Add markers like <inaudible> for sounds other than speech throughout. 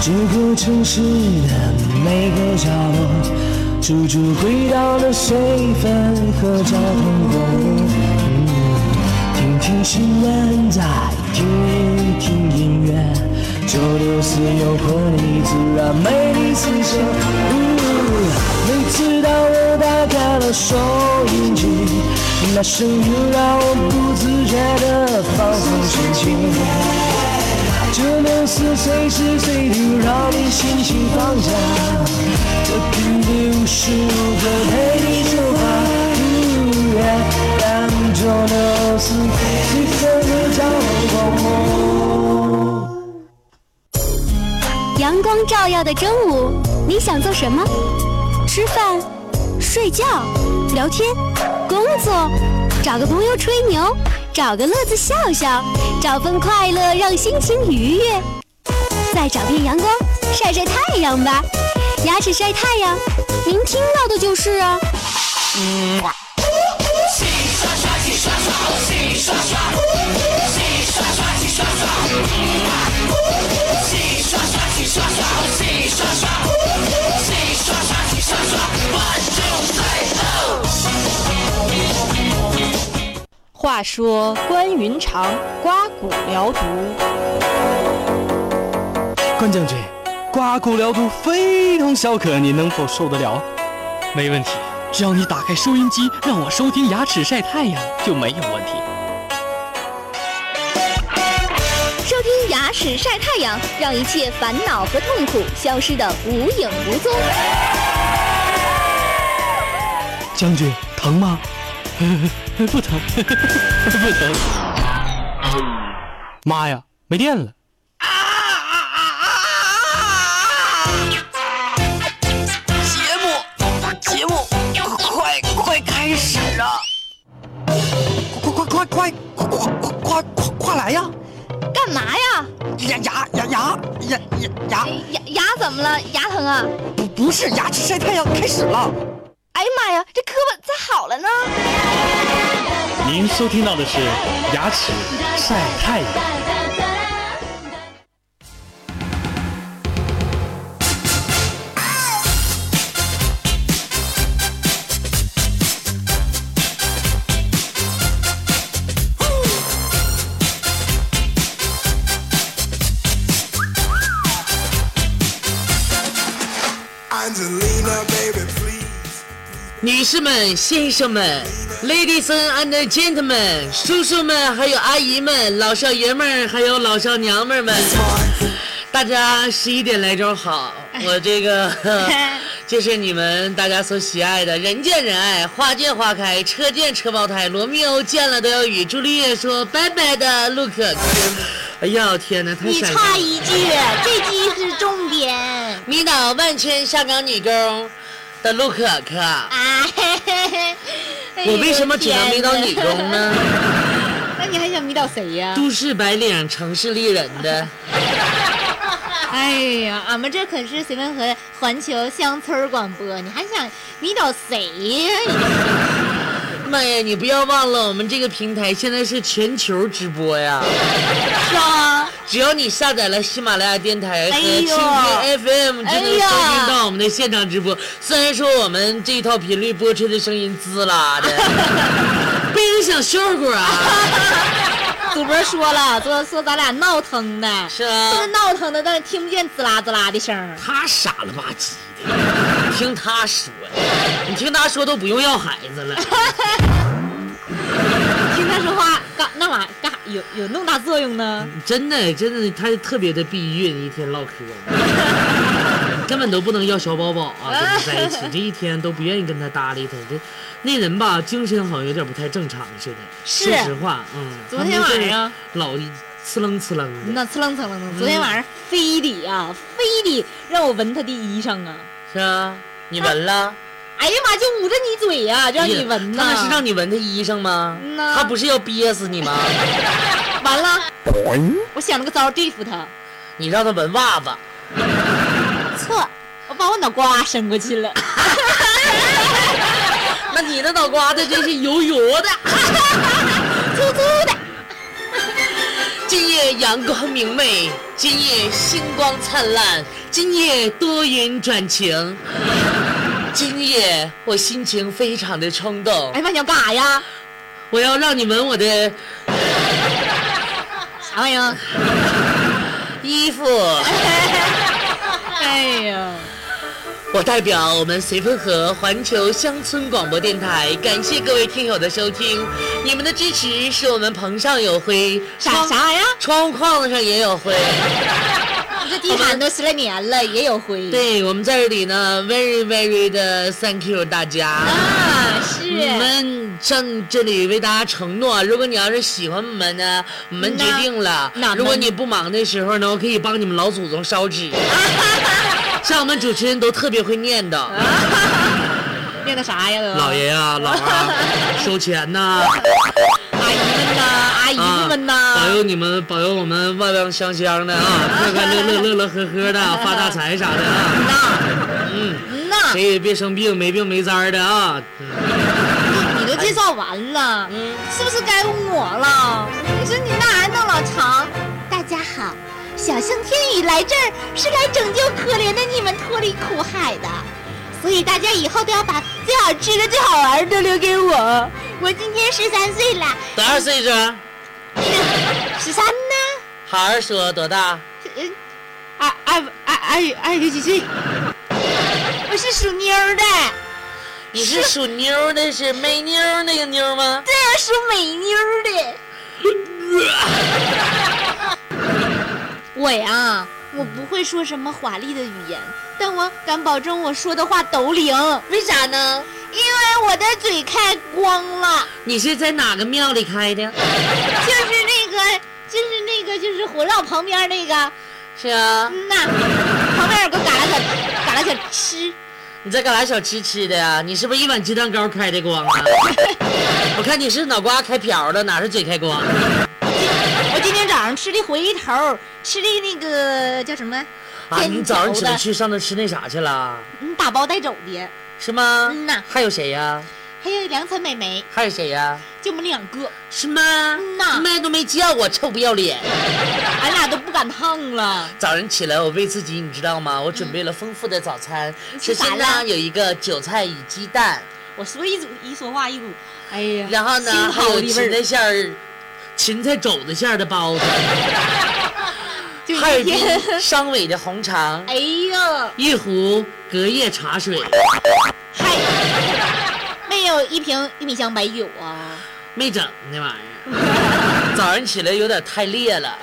这个城市的每个角落，处处轨道的水分和交通工具。嗯听听新闻，再听听音乐，周六四有空你自然美丽四射。嗯每次当我打开了收音机，那声音让我不自觉的放松心情。这六四随时随地让你心情放假，这频率无时无刻陪你出发。感九六四，随身的交通广播。阳光照耀的中午，你想做什么？吃饭、睡觉、聊天、工作，找个朋友吹牛，找个乐子笑笑，找份快乐让心情愉悦，再找片阳光晒晒太阳吧。牙齿晒太阳，您听到的就是啊。话说关云长刮骨疗毒，关将军，刮骨疗毒非同小可，你能否受得了？没问题，只要你打开收音机，让我收听《牙齿晒太阳》就没有问题。收听《牙齿晒太阳》，让一切烦恼和痛苦消失的无影无踪。将军疼吗？不疼，不疼。妈呀，没电了！节目快快开始了，快快快快快快快快快来呀！干嘛呀？牙牙牙牙牙牙牙，牙牙怎么了？牙疼啊？不不是牙齿晒太阳开始了。哎呀妈呀，这胳膊咋好了呢？您收听到的是《牙齿晒太阳》。 Angelina, baby, please. 女士们、先生们，ladies and gentlemen，叔叔们，还有阿姨们，老少爷们儿，还有老少娘们儿们，大家十一点来钟好！我这个这是你们大家所喜爱的，人见人爱，花见花开，车见车爆胎，罗密欧见了都要与朱丽叶说拜拜的陆可。哎呀，我天哪，太你闪亮差了！一句，这句是重点迷倒万千下岗女工的陆可可。啊！嘿嘿嘿哎呦我为什么只能迷倒女天工呢？ <laughs> 哎那你还想迷倒谁呀、都市白领，城市丽人的，哪哎呀，俺们这可是绥芬河环球乡村儿广播，你还想迷倒谁呀？妈呀！你不要忘了，我们这个平台现在是全球直播呀！你是啊吧？只要你下载了喜马拉雅电台和哎蜻呦蜓 FM，就哎能收呀听到我们的现场直播。虽然说我们这一套频率播出的声音滋啦 <laughs> 的，被人想笑话啊，主播说了，说说咱俩闹腾的，是这个啊，闹腾的，但是听不见滋啦滋啦的声儿。他傻了吧唧的，听他说，你听他说都不用要孩 <laughs> 子了。听他说话干那玩意儿干啥有有那么大作用呢？真的，真的，他特别的避孕，一天唠嗑，根本都不能要小宝宝 <laughs> 啊，跟他在一起，这一天都不愿意跟他搭理他。这那人吧，精神好像有点不太正常似的。是说实话，嗯，昨天晚上老呲楞呲楞的，那刺楞刺楞嗯的，昨天晚上非得啊，非得让我闻他的衣裳啊！是啊，你闻了？哎呀妈，就捂着你嘴呀、就让你闻呐。哎他那是让你闻他衣裳吗嗯？呐他不是要憋死你吗？完了，我想了个招儿对付他，你让他闻袜子，错，我把我脑瓜伸过去了。 <laughs> 那你那脑瓜子 <laughs> 真是油油的。粗粗的，今夜阳光明媚，今夜星光灿烂，今夜多云转晴。今夜我心情非常的冲动哎，，妈，你要干啥呀？我要让你们我的啥玩意儿？衣服。 <laughs> 哎呀，我代表我们绥芬河环球乡村广播电台，感谢各位听友的收听，你们的支持使我们棚上有灰，啥窗啥呀？窗框子上也有灰。你这地毯都十来年了，也有灰。对我们在这里呢，very very 的 thank you 大家。啊，是。我们上这里为大家承诺，如果你要是喜欢我们呢，我们决定了那那，如果们你不忙的时候呢，我可以帮你们老祖宗烧纸。像我们主持人都特别会念叨，练的啥呀？都老爷呀、老 <laughs> 啊，收钱呐、阿姨们呐，阿姨啊，们保呐，佑你们，保佑我们万望香香的啊，快快乐乐、乐乐呵呵的，发大财啥的啊，嗯那谁也别生病，没病没灾儿的啊。你都介绍完了，嗯是不是该我了？你说你那还弄老长？大家好，小象天宇来这儿是来拯救可怜的你们脱离苦海的，所以大家以后都要把最好吃的、最好玩的都留给我。我今天十三岁了，多少岁数？十三呢？好好说，多大？呃，二二二二二十几岁，我是属妞儿的，你是属妞的，是美妞那个妞吗？对，我属美妞儿 <laughs> 的。我呀，啊我不会说什么华丽的语言，但我敢保证我说的话都灵。为啥呢？因为我的嘴开光了。你是在哪个庙里开的？就是那个，就是那个，就是火灶旁边那个，是啊，嗯呐，旁边有个旮旯小旮旯小吃，你在旮旯小吃吃的啊呀？你是不是一碗鸡蛋糕开的 <laughs> 光啊？我看你是脑瓜开瓢了，哪是嘴开光？啊我今天早上吃的回鱼头，吃的那个叫什么？啊，你天早上桥起的来，去上那吃那啥去了？嗯，打包带走的。是吗？嗯呐还有谁呀？还有两层美眉，还有谁呀？就我们两个，是吗？嗯呐你麦都没叫我，臭不要脸！俺俩都不敢烫了。早上起来，我为自己，你知道吗？我准备了丰富的早餐，嗯吃首啥先了呢有一个韭菜与鸡蛋，我说一组一说话一股，哎呀，然后腥呢还好有的味芹儿菜，馅儿、芹菜肘子馅儿的包子， <laughs> 就哈尔一滨天，商委的红肠， <laughs> 哎呀，一壶隔夜茶水，还没有一瓶玉米香白酒啊。没整那玩意 <laughs> 儿。早上起来有点太烈了，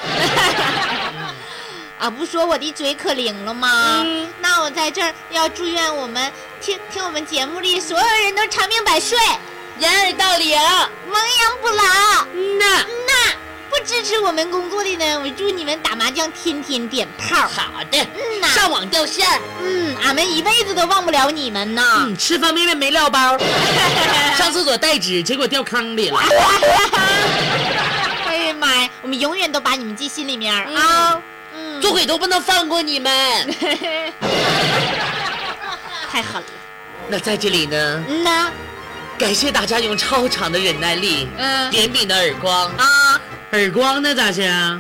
啊，不说我的嘴可灵了吗？那我在这儿要祝愿我们听听我们节目里所有人都长命百岁，掩耳盗铃，亡羊不老。那那不支持我们工作的呢，我祝你们打麻将天天点炮。好的，嗯呐，上网掉线儿。嗯，俺们一辈子都忘不了你们呐。嗯，吃方便面没料 <laughs> 包，上厕所带纸，结果掉坑里了。哎呀妈呀，我们永远都把你们记心里面儿啊。嗯，做鬼都不能放过你们。太狠了。那在这里呢，嗯呐，感谢大家用超长的忍耐力，嗯怜悯的耳光。啊，耳光呢咋是啊？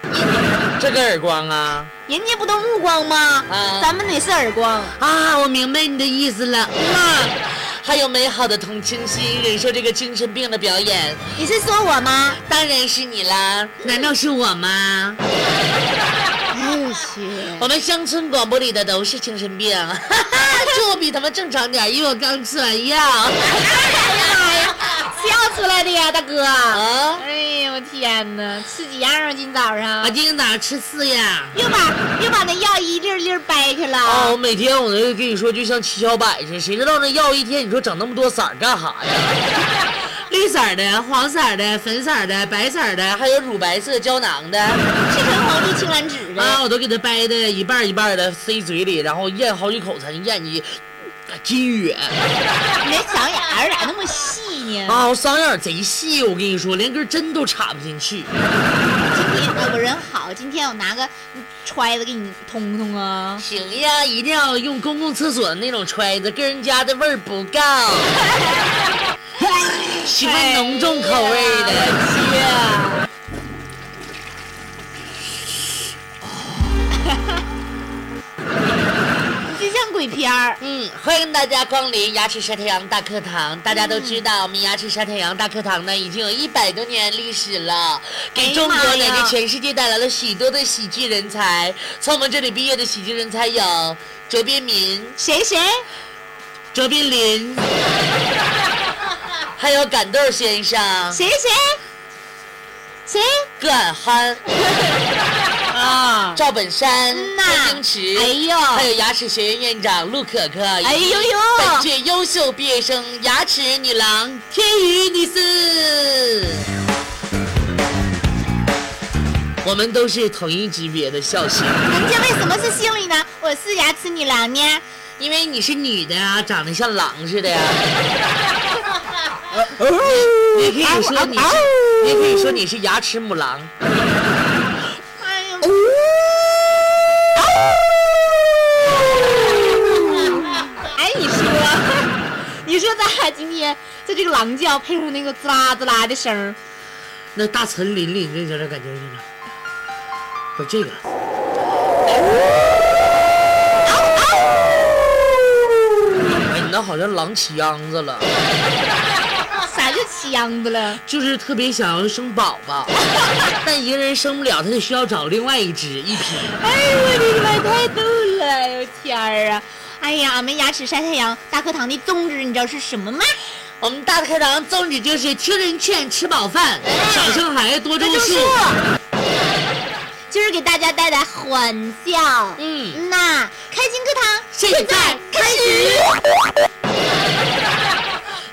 <laughs> 这个耳光啊人家不都目光吗？啊咱们得是耳光。啊！我明白你的意思了。那 <laughs> 还有美好的同情心，忍受这个精神病的表演，你是说我吗？当然是你啦。难道是我 <laughs> 吗？哎呦我去！我们乡村广播里的都是精神 <laughs> 病，祝我比他们正常点儿，因为我刚吃完 <laughs> 药。哎笑出来的呀，大哥！啊，哎呀，我天哪，吃几样啊？今早上我今天早上吃四呀。又把又把那药一粒儿粒儿掰开了。啊，我每天我都跟你说，就像七巧板似的，谁知道那药一天，你说整那么多色儿干啥呀？ <laughs> 绿色儿的、黄色儿的、粉色儿的、白色儿的，还有乳白色胶囊的啊，赤橙黄绿青蓝紫的。我都给它掰的一半儿一半儿的塞嘴里，然后咽好几口才能咽一金远你那小眼儿咋那么细 <laughs> 呢？啊！我嗓眼儿贼细，我跟你说，连根针都插不进去。今天呃我人好，今天我拿个揣子给你通通啊。行呀，一定要用公共厕所的那种揣子，跟人家的味儿不够， <laughs> 喜欢浓重口味哎呀的。我去！片儿。嗯，欢迎大家光临牙齿晒太阳大课堂。大家都知道，我们牙齿晒太阳大课堂呢，已经有一百多年历史了，给中国乃哎呀妈呀至全世界带来了许多的喜剧人才。从我们这里毕业的喜剧人才有卓别林、谁谁？卓别林， <laughs> 还有赶豆先生、谁谁？谁？葛 <laughs> 憨、啊！赵本山、嗯周呐星驰，哎呦还有牙齿学院院长陆可可，哎呦呦！本届优秀毕业生牙齿女郎天宇女士。我们都是同一级别的校庆，人家为什么是姓李呢？我是牙齿女郎呢。因为你是女的啊，长得像狼似的 <laughs> 呀、你也可以说啊你是，你也可以说你是牙齿母狼。哎呦！哎，你说， <laughs> 你说咱俩今天在这个狼叫配上那个滋啦滋啦的声儿，那大陈琳琳这有点感觉是啥？不是这个，哎，你那好像狼起秧子了，啥就起秧子了？就是特别想要生宝 <laughs> 宝，但一个人生不了，他就需要找另外一只一匹。哎呦我的妈，太逗了！哎呦天儿啊！哎呀，俺们牙齿晒太阳大课堂的宗旨你知道是什么吗？我们大课堂宗旨就是听人劝，吃饱饭，少生孩子多种树。就是给大家带来欢笑。嗯，那开心课堂现现在在开始。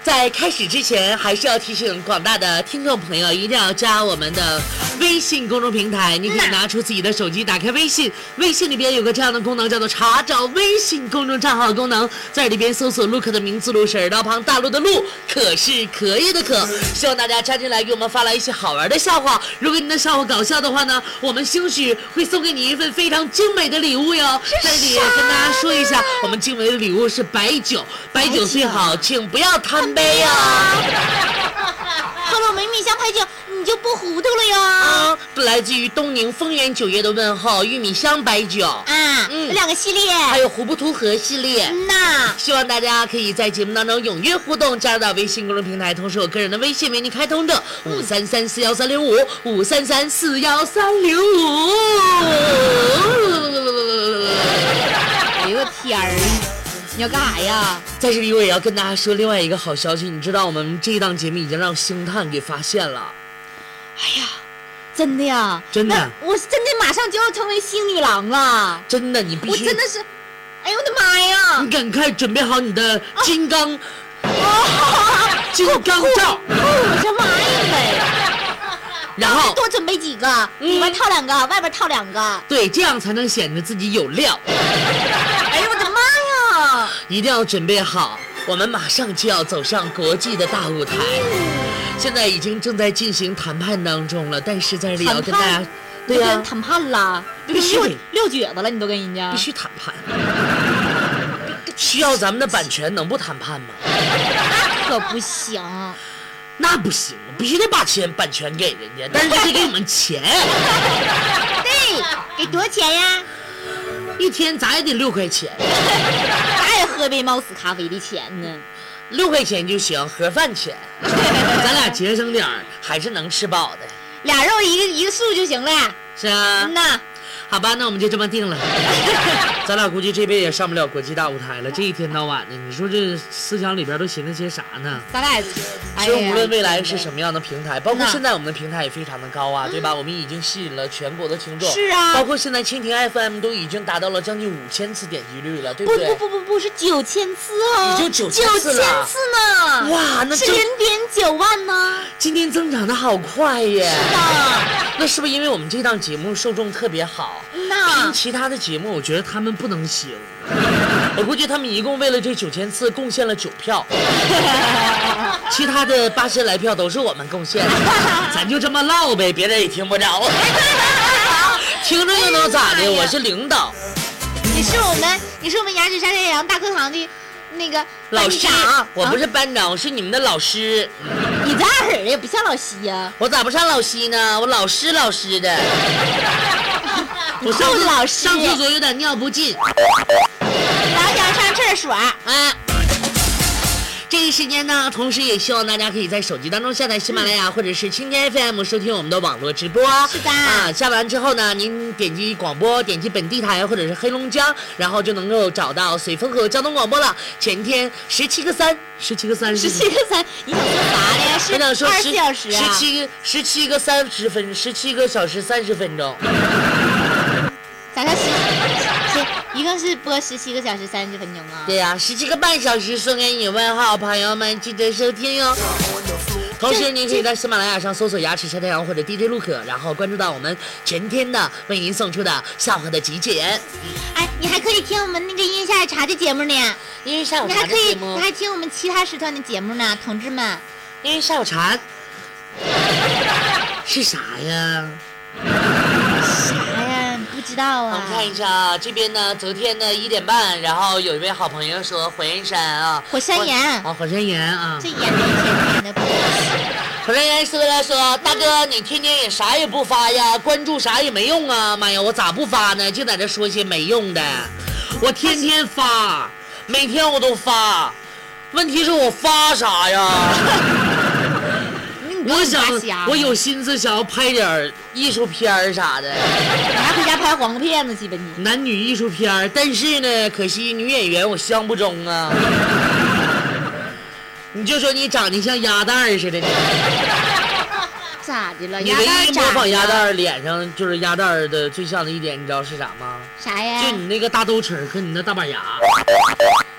在开始之前，还是要提醒广大的听众朋友，一定要加我们的微信公众平台。你可以拿出自己的手机，打开微信，微信里边有个这样的功能，叫做“查找微信公众账号”功能，在里边搜索陆可的名字“陆”是耳道旁大陆的“陆”，可是可以的“可”。希望大家加进来，给我们发来一些好玩的笑话。如果您的笑话搞笑的话呢，我们兴许会送给你一份非常精美的礼物哟。在这里也跟大家说一下，我们精美的礼物是白酒，白酒最好，请不要贪杯啊呀、后来我们米香白酒，你就不糊涂了哟。啊，啊，来自于东宁丰源酒业的问候，玉米香白酒，嗯啊有两个系列。还有胡不图河系列。嗯呐，希望大家可以在节目当中踊跃互动，加入到微信公众平台，同时我个人的微信为您开通着嗯五三三四幺三零五五三三四幺三零五。哎呦我天儿，你要干啥呀？在这里我也要跟大家说另外一个好消息，你知道我们这一档节目已经让星探给发现了，真的呀？真的那我是真的马上就要成为新女郎了，真的，你必我须，真的是，哎呦我的妈呀你！赶快准备好你的金刚，金刚罩，哦，我这玩意呗，然后嗯多准备几个，里边套两个，外边套两个。对，这样才能显得自己有料。哎呦我的妈呀！一定要准备好，我们马上就要走上国际的大舞台。现在已经正在进行谈判当中了，但是在这里要跟大家谈判，对呀、你跟谈判了，都必须六得六撅子了，你都跟人家必须谈判。需要咱们的版权，能不谈判吗？可不行。那不行，必须得把钱版权给人家，但是得给我们钱，对，给多少钱呀？一天咱也得六块钱，咱也喝杯猫屎咖啡的钱呢。六块钱就行，盒饭 <laughs> 钱，咱俩节省点儿，还是能吃饱的，俩肉一个一个素就行了。是啊。嗯呐，好吧，那我们就这么定了。 <laughs> 咱俩估计这辈子也上不了国际大舞台了。这一天到晚的，你说这思想里边都寻思些啥呢？咱俩，哎其实呀无论未来是什么样的平台，包括那嗯现在我们的平台也非常的高啊，对吧？我们已经吸引了全国的听众，是啊包括现在蜻蜓 FM 都已经达到了将近五千次点击率了，对不对不？不不不是九千次哦，已经九9000次了9000次呢。哇那是这零点九万呢。今天增长的好快耶！啊， <laughs> 那是不是因为我们这档节目受众特别好？听那其他的节目，我觉得他们不能行。我估计他们一共为了这九千次贡献了九 <laughs> 票，其他的八千来票都是我们贡 <laughs> 献的，咱就这么唠呗，别人也听不着，听着又能咋哎的？呀我是领导，你是我们，你是我们牙齿山山羊大课堂的那个老师班长，我不啊是班长，我是你们的老师，嗯你这样式儿的也不像老西呀，我咋不上老师呢？我老师老师 <laughs> 的，我上够次老师上厕所有点尿不尽，然后想上厕水儿。啊。这个时间呢，同时也希望大家可以在手机当中下载喜马拉雅、或者是蜻蜓 FM 收听我们的网络直播。嗯是的啊，下完之后呢，您点击广播，点击本地台或者是黑龙江，然后就能够找到随风和交通广播了。前天十七个三，十七个三，十七个三，你想说啥呢？是我想说二十十四小时十啊？七个十七个三十分，十七个小时三十分钟。咋叫十？是一共是播十七个小时三十分钟啊？对呀、十七个半小时送给你问号朋友们，记得收听哟。同时，您可以在喜马拉雅上搜索“牙齿晒太阳”或者 DJ 陆可，然后关注到我们全天的为您送出的笑话的集锦。哎，你还可以听我们那个音下茶的节目呢，因为下午你茶还的可以，节目你，还听我们其他时段的节目呢，同志们。因为下午茶是啥呀？哎呀，不知道我啊们。看一下啊，这边呢，昨天呢一点半，然后有一位好朋友说火焰山啊，火山岩，啊，火山岩啊这，演的一天天的不行。火山岩说了说，大哥你天天也啥也不发呀，关注啥也没用啊，妈呀，我咋不发呢？就在这说些没用的，我天天发，每天我都发，问题是我发啥呀？ <laughs> 我想发瞎了，我有心思想要拍点儿艺术片儿啥的，你还回家拍黄瓜片子去吧你。男女艺术片儿，但是呢，可惜女演员我相不中啊。你就说你长得像鸭蛋儿似的，你咋的了？你鸭唯蛋一模咋仿鸭的蛋了？儿脸上就是鸭蛋儿的最像的一点，你知道是啥吗？啥呀？就你那个大兜齿儿和你那大板牙。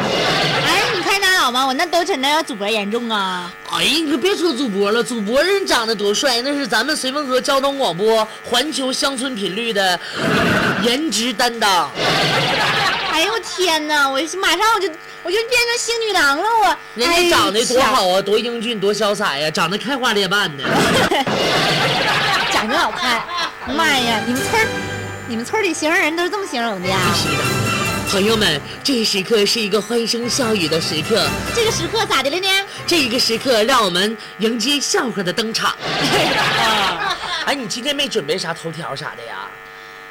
哎，你看他好吗？我那兜诊那要祖脖严重啊！哎呀，你可别说祖博了，祖博人长得多帅，那是咱们绥芬河交通广播环球乡村频率的颜值担当。哎呦我天哪！我马上我就我就变成星女郎了我。人哎家长得多呀好啊，多英俊，多潇洒呀，长得开花裂瓣的。长得好看。妈呀，你们村儿你们村儿里形容人都是这么形容的呀？是的，朋友们，这一时刻是一个欢声笑语的时刻，这个时刻咋的了呢？这一个时刻让我们迎接笑话的登 <laughs> 场。哎，你今天没准备啥头条啥的呀？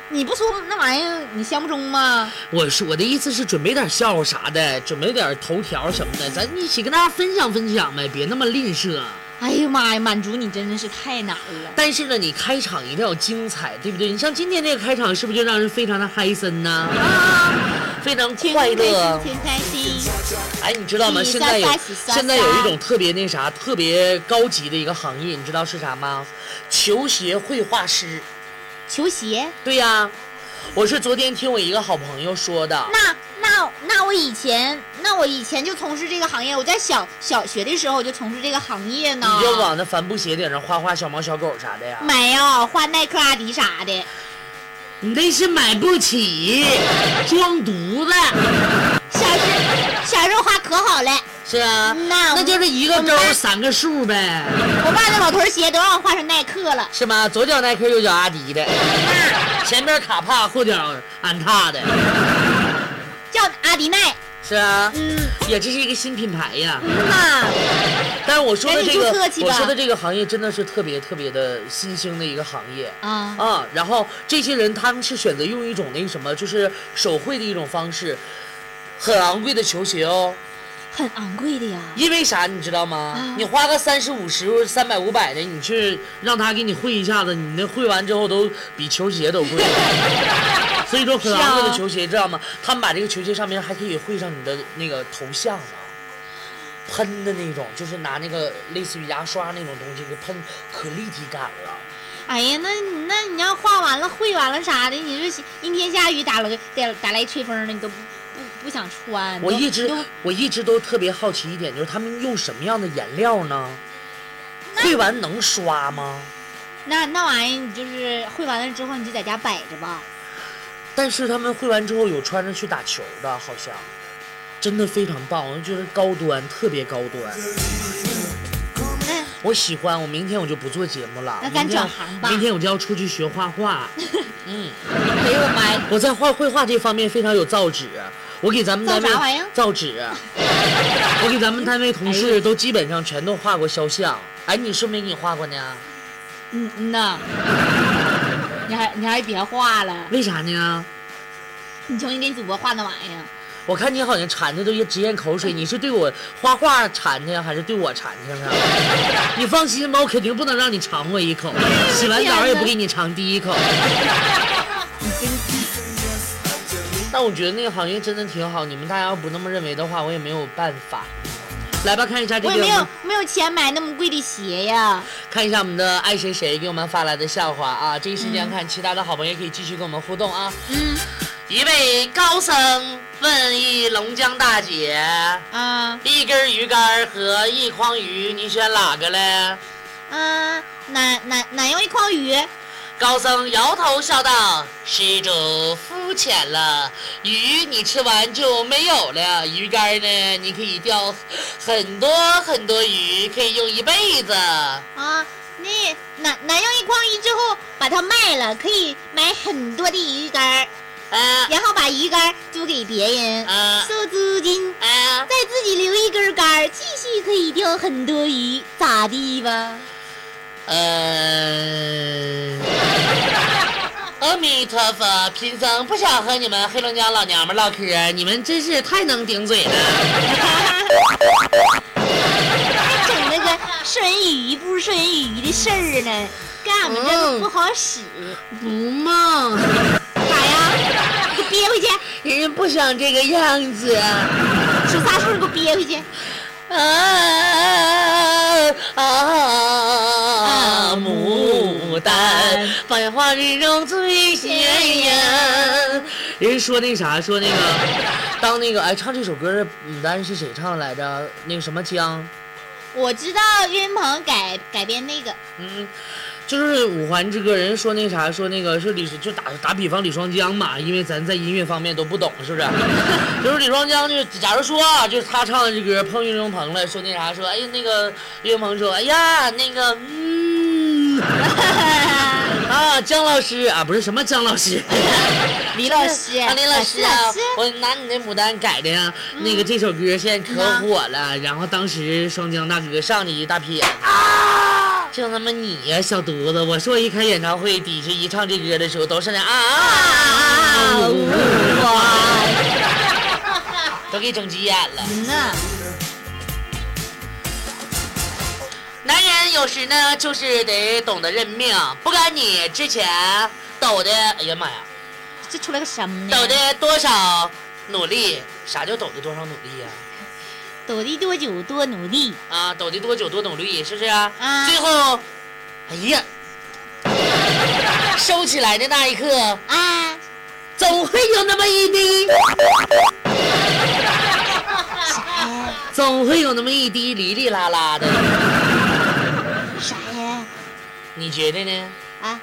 你不说那玩意儿你相不中吗？我是我的意思是准备点笑话啥的，准备点头条什么的，咱一起跟大家分享分享呗，别那么吝啬。哎呀妈呀，满足你真的是太难了。但是呢，你开场一定要精彩，对不对？你像今天这个开场，是不是就让人非常的嗨森呐、啊非常挺快开心乐。啊挺开心。哎，你知道吗？洗现刷在有刷洗刷现在有刷一种特别那啥、特别高级的一个行业，你知道是啥吗？球鞋绘画师。球鞋，对呀、我是昨天听我一个好朋友说的。那那那我以前，那我以前就从事这个行业，我在小小学的时候就从事这个行业呢。你就往那帆布鞋顶上画画小猫小狗啥的呀？没有画耐克、阿迪啥的，你那是买不 <laughs> 起，装犊子。小时小时候画可好了。是啊，那那就是一个我周妈三个数呗，我爸那老头儿鞋都让我画成耐克了。是吗？左脚耐克，右脚阿迪的，前面卡帕，后脚安踏的，叫阿迪耐。是啊。嗯，也这是一个新品牌呀。那但是我说的赶紧这个注册，去我吧说的这个行业真的是特别特别的新兴的一个行业。啊，啊，然后这些人他们是选择用一种那个什么，就是手绘的一种方式，很昂贵的球鞋哦。很昂贵的呀。因为啥你知道吗？啊你花个三十五十、三百五百的，你去让他给你绘一下子，你那绘完之后都比球鞋都贵。 <laughs> 所以说很昂贵的球鞋，知道吗？他们把这个球鞋上面还可以绘上你的那个头像啊，喷的那种，就是拿那个类似于牙刷那种东西给喷，可立体感了。哎呀，那你那你要画完了、绘完了啥的，你说阴天下雨打了个打打来吹风的，你都不不不想穿。我都一直都我一直都特别好奇一点，就是他们用什么样的颜料呢？绘完能刷吗？那那玩意儿，你就是绘完了之后，你就在家摆着吧。但是他们绘完之后有穿着去打球的，好像真的非常棒，我就觉得高端，特别高端。嗯，我喜欢，我明天我就不做节目了。那咱明天转行吧明天我就要出去学画画。哎呦我妈呀！我在画绘画这方面非常有造纸，啊我给咱们单位造啥玩意儿哎造纸，啊 <laughs> 我给咱们单位同事都基本上全都画过肖像。哎，你是没给你画过呢？嗯嗯呐，你还你还别画了，为啥呢？你瞅你给你主播画那玩意儿，我看你好像馋的都也直咽口水，你是对我画画馋的呀，还是对我馋的呀？你放心吧，我肯定不能让你尝我一口，洗完澡也不给你尝第一口。但我觉得那个行业真的挺好，你们大家要不那么认为的话，我也没有办法。来吧，看一下这我个也没有没有钱买那么贵的鞋呀。看一下我们的爱谁谁给我们发来的笑话啊！这一时间看，其他的好朋友也可以继续跟我们互动啊。嗯一位高僧问一龙江大姐：啊一根鱼竿和一筐鱼，你选哪个嘞？啊，哪哪哪用一筐鱼？高僧摇头笑道：“施主肤浅了，鱼你吃完就没有了，鱼竿呢，你可以钓很多很多鱼，可以用一辈子。”啊，那哪哪用一筐鱼之后把它卖了，可以买很多的鱼竿儿，啊然后把鱼竿儿租给别人，啊收租金，啊！再自己留一根杆儿，继续可以钓很多鱼，咋地吧？呃，阿弥陀佛，贫僧不想和你们黑龙江老娘们唠嗑，你们真是太能顶嘴了。还整那个授人以鱼不如授人以渔的事儿呢，干我们这个不好使。不嘛，啥呀？给我憋回去！人家不想这个样子。数仨数，给我憋回去！啊啊！牡丹，百花之中最鲜艳。人说那啥，说那个，当那个哎，唱这首歌的牡丹是谁唱来着？那个什么江，我知道岳云鹏改改编那个，嗯，就是《五环之歌》。人说那啥，说那个是李，就打打比方李双江嘛，因为咱在音乐方面都不懂，是不是？就是李双江，就是假如说啊，就是他唱的这歌碰岳云鹏了，说那啥，说哎呀那个岳云鹏说，哎呀那个嗯。 <laughs> 啊，姜老师啊，不是什么姜老师，李老师，啊，林老师啊老师，我拿你那牡丹改的呀，那个这首歌现在可火了，然后当时双江大哥上去一大撇，就他妈你呀，小犊子！我说一开演唱会，底下一唱这歌的时候，都是那啊啊啊啊，都给整急眼了。那男人有时呢，就是得懂得认命，不管你之前抖的，哎呀妈呀，这出来个什么呢？抖的多少努力，啥叫抖的多少努力呀、抖的多久多努力啊，抖的多久多努力，是不是啊？啊最后，哎呀，收起来的那一刻，啊！总会有那么一滴，总会有那么一滴哩哩啦啦的，啥呀？你觉得呢？啊，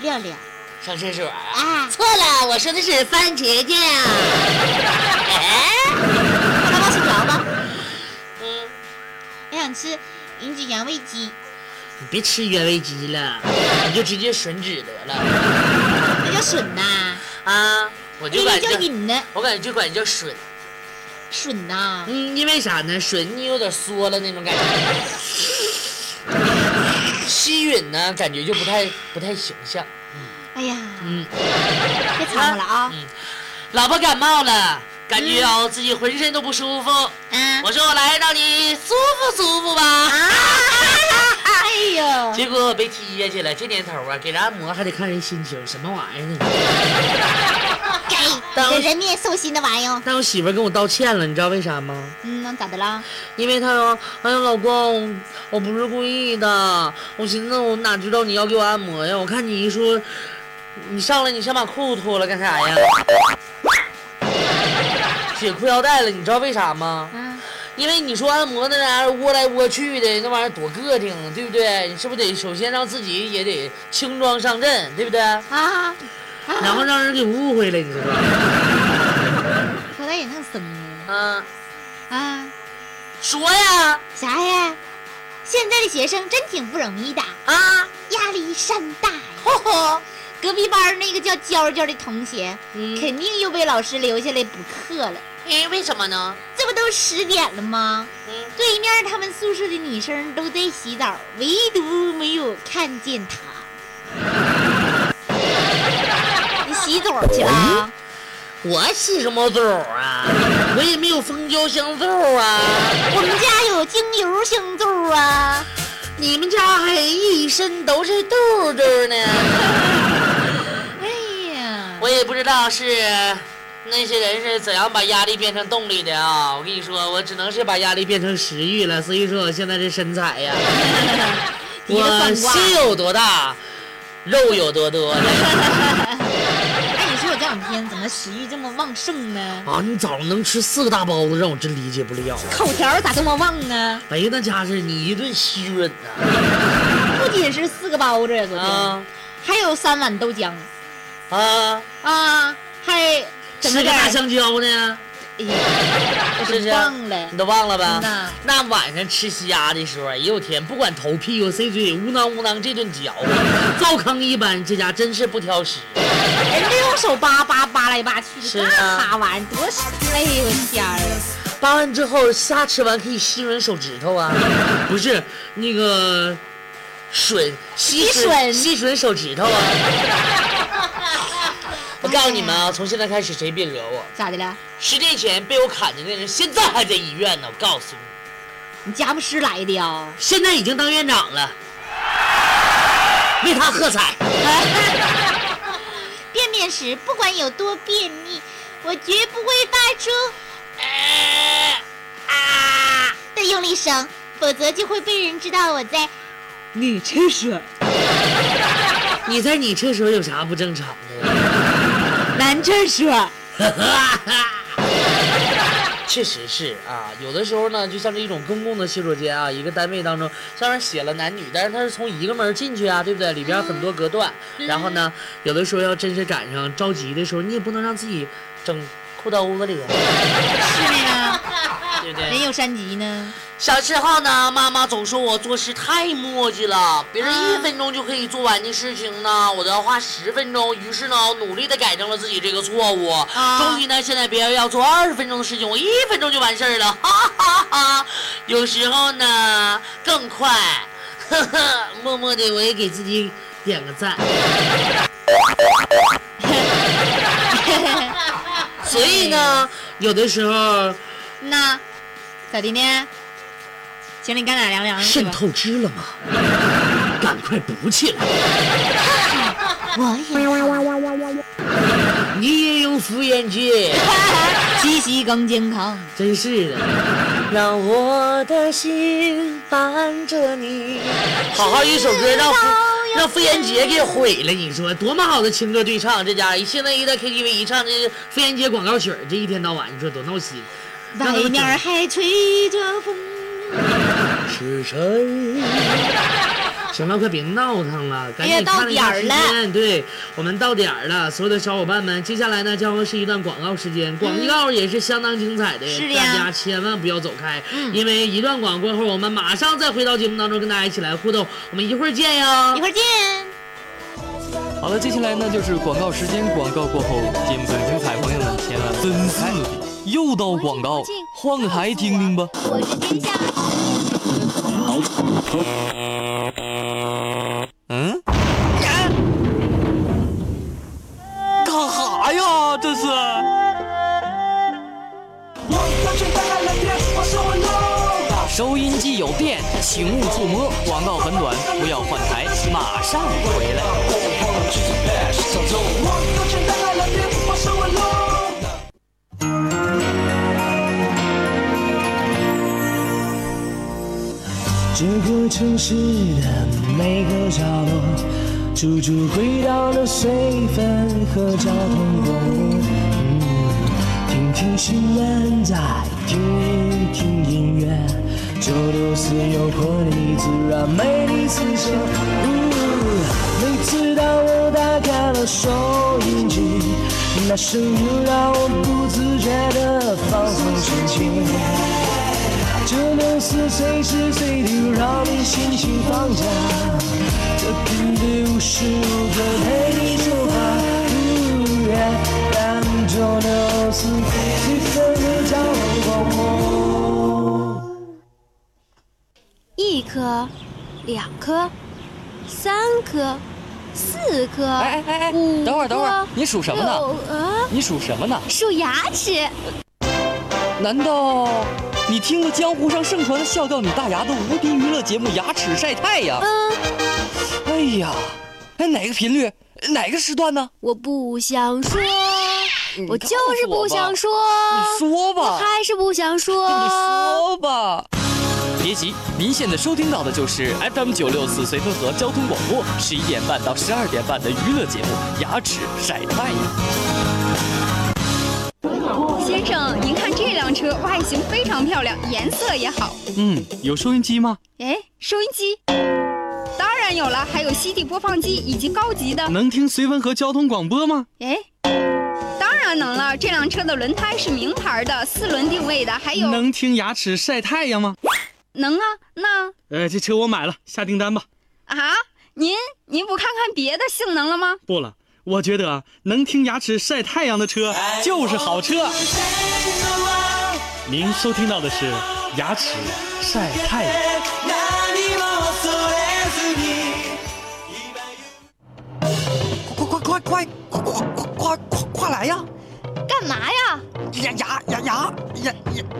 亮亮上厕所啊？啊！错了，我说的是番茄酱。 <laughs> 沙包薯条吧，嗯，我想吃银指原味鸡。你别吃原味鸡了，你就直接吮指得了那叫笋呐，啊！我就那管叫这，引呢，我感觉就管这叫吮。笋呐，嗯，因为啥呢？吮你有点缩了那种感觉，吸吮呢感觉就不太不太形象。哎呀，嗯，别掺和了啊！老婆感冒了，感觉哦自己浑身都不舒服，啊我说我来让你舒服舒服吧。啊！哎呦，结果被踢下去了，这年头啊，给人按摩还得看人心情，什么玩意儿呢？给给人面兽心的玩意儿，但我媳妇儿跟我道歉了，你知道为啥吗？嗯，那咋的啦？因为他说：“哎呀，老公，我不是故意的，我寻思我哪知道你要给我按摩呀？我看你一说，你上来你先把裤子脱了干啥呀？解裤腰带了，你知道为啥吗？啊，因为你说按摩那玩意儿窝来窝去的，那玩意儿多膈应，对不对？你是不是得首先让自己也得轻装上阵，对不对？啊，然后让人给误会了，你知道吧？口袋也弄生了啊，啊！说呀，啥呀？现在的学生真挺不容易的，啊，压力山大呀！吼哦吼，隔壁班那个叫娇娇的同学，嗯，肯定又被老师留下来补课了。哎，为什么呢？这不都十点了吗？嗯对面他们宿舍的女生都在洗澡，唯独没有看见她。 <laughs> 你洗澡去了？我洗什么澡啊？我也没有蜂胶香皂啊！我们家有精油香皂啊，你们家还一身都是痘痘呢。哎 <laughs> 呀，我也不知道是那些人是怎样把压力变成动力的啊！我跟你说，我只能是把压力变成食欲了，所以说我现在这身材呀，提着我算卦心有多大，肉有多多哎，你说我这两天怎么食欲这么旺盛呢？啊！你早上能吃四个大包子，让我真理解不了。口条咋这么旺呢？哎呀，那家是你一顿吸吮呐不仅是四个包子呀，昨天、啊还有三碗豆浆啊！啊，还整吃个个大香蕉呢，哎呀，我 <laughs> 是不都是？忘了你。都忘了吧嗯呐？那晚上吃虾的时候，哎呦我天，不管头屁股谁嘴里呜囔呜囔这顿嚼，灶坑一般，这家真是不挑食。人家用哎手扒扒扒来扒去是的，那啊哈玩意儿多是，哎呦我天儿！扒完之后，虾吃完可以吸吮手指头啊，不是那个吮吸吸吮吮吸吮手指 <laughs> 头啊。我告诉你们啊，从现在开始谁别惹我。咋的了？十年前被我砍的那人，现在还在医院呢。我告诉你，你佳木斯来的呀？现在已经当院长了，为他喝彩。便便时不管有多便秘，我绝不会发出“呃啊”的用力声，否则就会被人知道我在。女厕所，你在你厕所有啥不正常的呀？男厕所， <laughs> 确实是啊，有的时候呢，就像这一种公共的洗手间啊，一个单位当中，上面写了男女，但是它是从一个门儿进去啊，对不对？里边很多隔断，然后呢，有的时候要真是赶上着急的时候，你也不能让自己整裤兜子里，啊是呢， <laughs> 对不对？人有 <laughs> 三急呢。小时候呢，妈妈总说我做事太磨叽了，别人一分钟就可以做完的事情呢，我都要花十分钟。于是呢，我努力的改正了自己这个错误。啊终于呢，现在别人要做二十分钟的事情，我一分钟就完事儿了，哈哈哈。有时候呢，更快，呵呵，默默的我也给自己点个赞。所以呢，有的时候那咋的呢？行了，你干俩凉凉的去肾吧。透支了吗？赶快补起来！我也你也用妇炎洁，七夕更健康。真是的。让我的心伴着你。好好一首歌，让妇让妇炎洁给毁了，你说多么好的情歌对唱，这家伙现在一在 KTV 一唱这妇炎洁广告曲儿，这一天到晚你说多闹心。外面还吹着风，是谁？行了，快别闹腾了，赶哎呀紧到看一下点儿时了间。对我们到点儿了，所有的小伙伴们，接下来呢将会是一段广告时间，广告也是相当精彩的，是的呀嗯大家千万不要走开，因为一段广告过后，我们马上再回到节目当中跟大家一起来互动，我们一会儿见哟一。会儿见。好了，接下来呢就是广告时间，广告过后，节目很精彩，朋友们千万分四的，又到广告，换个台听听吧。我是天下。嗯？干哈呀？这是？收音机有电，请勿触摸。广告很短，不要换台，马上回来。这个城市的每个角落，处处轨道的水分和交通公路。嗯，听听新闻，再听一听音乐，九六四诱惑你自然美丽四射。嗯每次当我打开了收音机，那声音让我不自觉地放松心情。这六四随时随地让你心情放假，这频率无时无刻陪你出发。感受六四气氛的交通广播。一颗，两颗，三颗，四颗，哎哎哎哎，五等会儿等会儿颗，你属什么呢？六呃啊，你属什么呢？数牙齿。难道哦你听了江湖上盛传的笑掉你大牙的无敌娱乐节目《牙齿晒太阳》？嗯，哎呀，哎哪个频率，哪个时段呢？我不想说，我就是不想说，嗯你说我吧，还是不想说。你说吧。别急，您现在收听到的就是 FM 九六四绥芬河交通广播十一点半到十二点半的娱乐节目《牙齿晒太阳》。先生，您看这辆车外形非常漂亮，颜色也好。嗯，有收音机吗？哎，收音机，当然有了，还有 CD 播放机，以及高级的。能听绥芬河交通广播吗？哎，当然能了，这辆车的轮胎是名牌的，四轮定位的，还有能听牙齿晒太阳吗？能啊？那呃，这车我买了，下订单吧。啊，您您不看看别的性能了吗？不了，我觉得啊，能听牙齿晒太阳的车就是好车。您收听到的是牙齿晒太阳。快快快快快快快快快来呀！干嘛呀？牙牙牙牙牙牙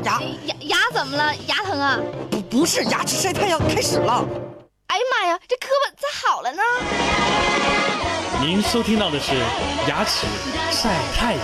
牙，哎牙牙怎么了？牙疼啊？不不是牙齿晒太阳开始了。哎呀妈呀，这胳膊咋好了呢？您收听到的是牙齿晒太阳。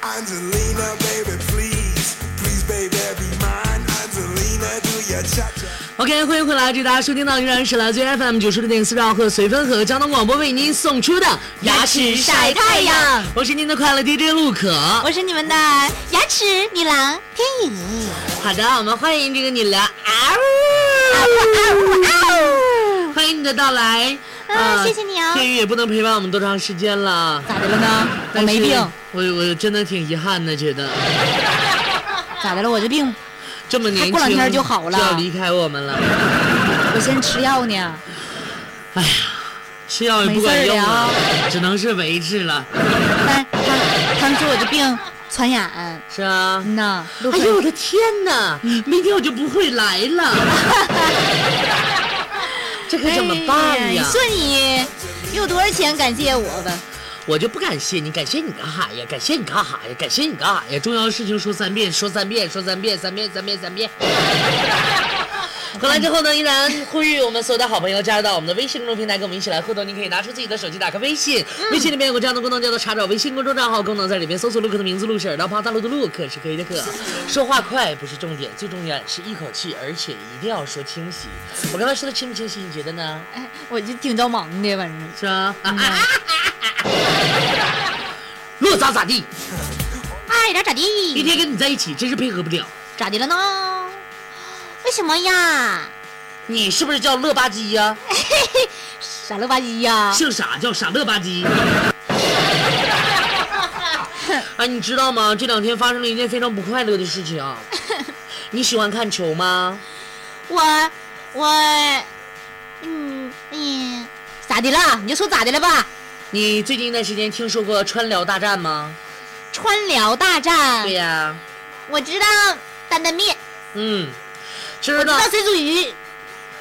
Angelina, baby, please, please, baby, be mine. Angelina, do your cha cha. OK，欢迎回来，这大家收听到依然啊是来自 FM 九十六点四兆赫随风和交通广播为您送出的《牙齿晒太阳》，我是您的快乐 DJ 陆可。我是你们的牙齿女郎天宇。好的，我们欢迎这个你了，啊啊呜，欢迎你的到来。呃啊谢谢你哦天宇也不能陪伴我们多长时间了，咋的了呢？我没病，我我真的挺遗憾的，觉得 <laughs> 咋的了？我这病，这么年还轻，过两天就好了就要离开我们了。我先吃药呢。哎吃药也不管用了没事只能是维持了，但他他们说我这病传染，是啊。嗯呐。陆嗯哎飞呦我的天哪！明天我就不会来 <laughs> 了，这可怎么办哎呀你？说你有多少钱感谢我吧？我就不感谢你，感谢你干哈呀？感谢你干哈呀？感谢你干哈呀？重要的事情说三遍，说三遍，说三遍，三遍，三遍，三遍。回来之后呢，依然呼吁我们所有的好朋友加入到我们的微信公众平台，跟我们一起来互动。你可以拿出自己的手机，打开微信，微信里面有个这样的功能，叫做查找微信公众账号功能，在里面搜索陆克的名字，陆是耳朵旁大陆的陆，可是可以的可。说话快不是重点，最重要是一口气，而且一定要说清晰。我刚才说的清不清晰？你觉得呢？我就挺着忙的，反正是啊吧？嗯 <laughs> 乐咋咋地，爱哎咋咋一地，天跟你在一起真是配合不了。咋的了呢？为什么呀？你是不是叫乐吧唧呀、傻了吧唧啊呀！姓啥叫傻乐吧 <laughs> 唧？哎，你知道吗？这两天发生了一件非常不快乐的事情 <laughs> 啊。你喜欢看球吗？我我，嗯嗯，咋的了？你就说咋的了吧？你最近一段时间听说过川辽大战吗？川辽大战对，呀、我知道担担面，嗯，我知知道道。水煮鱼，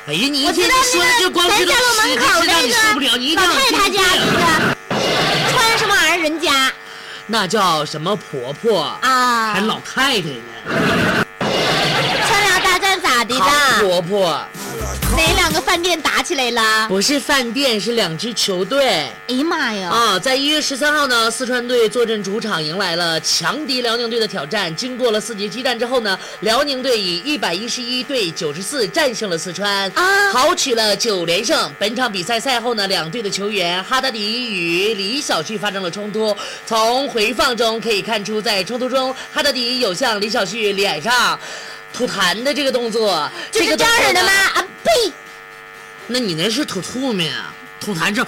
哎呀，你一我知天道说那这个光咱知道家楼吃，门口知道你受不了，你一那定个要老太太听家那个川什么玩意儿人家那叫什么婆婆？啊还？老太太呢，川辽大战咋的唐的？婆婆哪两个饭店打起来了？不是饭店，是两支球队哎呀妈呀！啊。在一月十三号呢，四川队坐镇主场，迎来了强敌辽宁队的挑战。经过了四节激战之后呢，辽宁队以一百一十一对九十四战胜了四川，啊豪取了九连胜。本场比赛赛后呢，两队的球员哈达迪与李晓旭发生了冲突。从回放中可以看出，在冲突中，哈达迪有向李晓旭脸上吐痰的这个动作，这个是这样动作式的呢吗？啊呸！那你那是吐吐沫呀，吐痰这。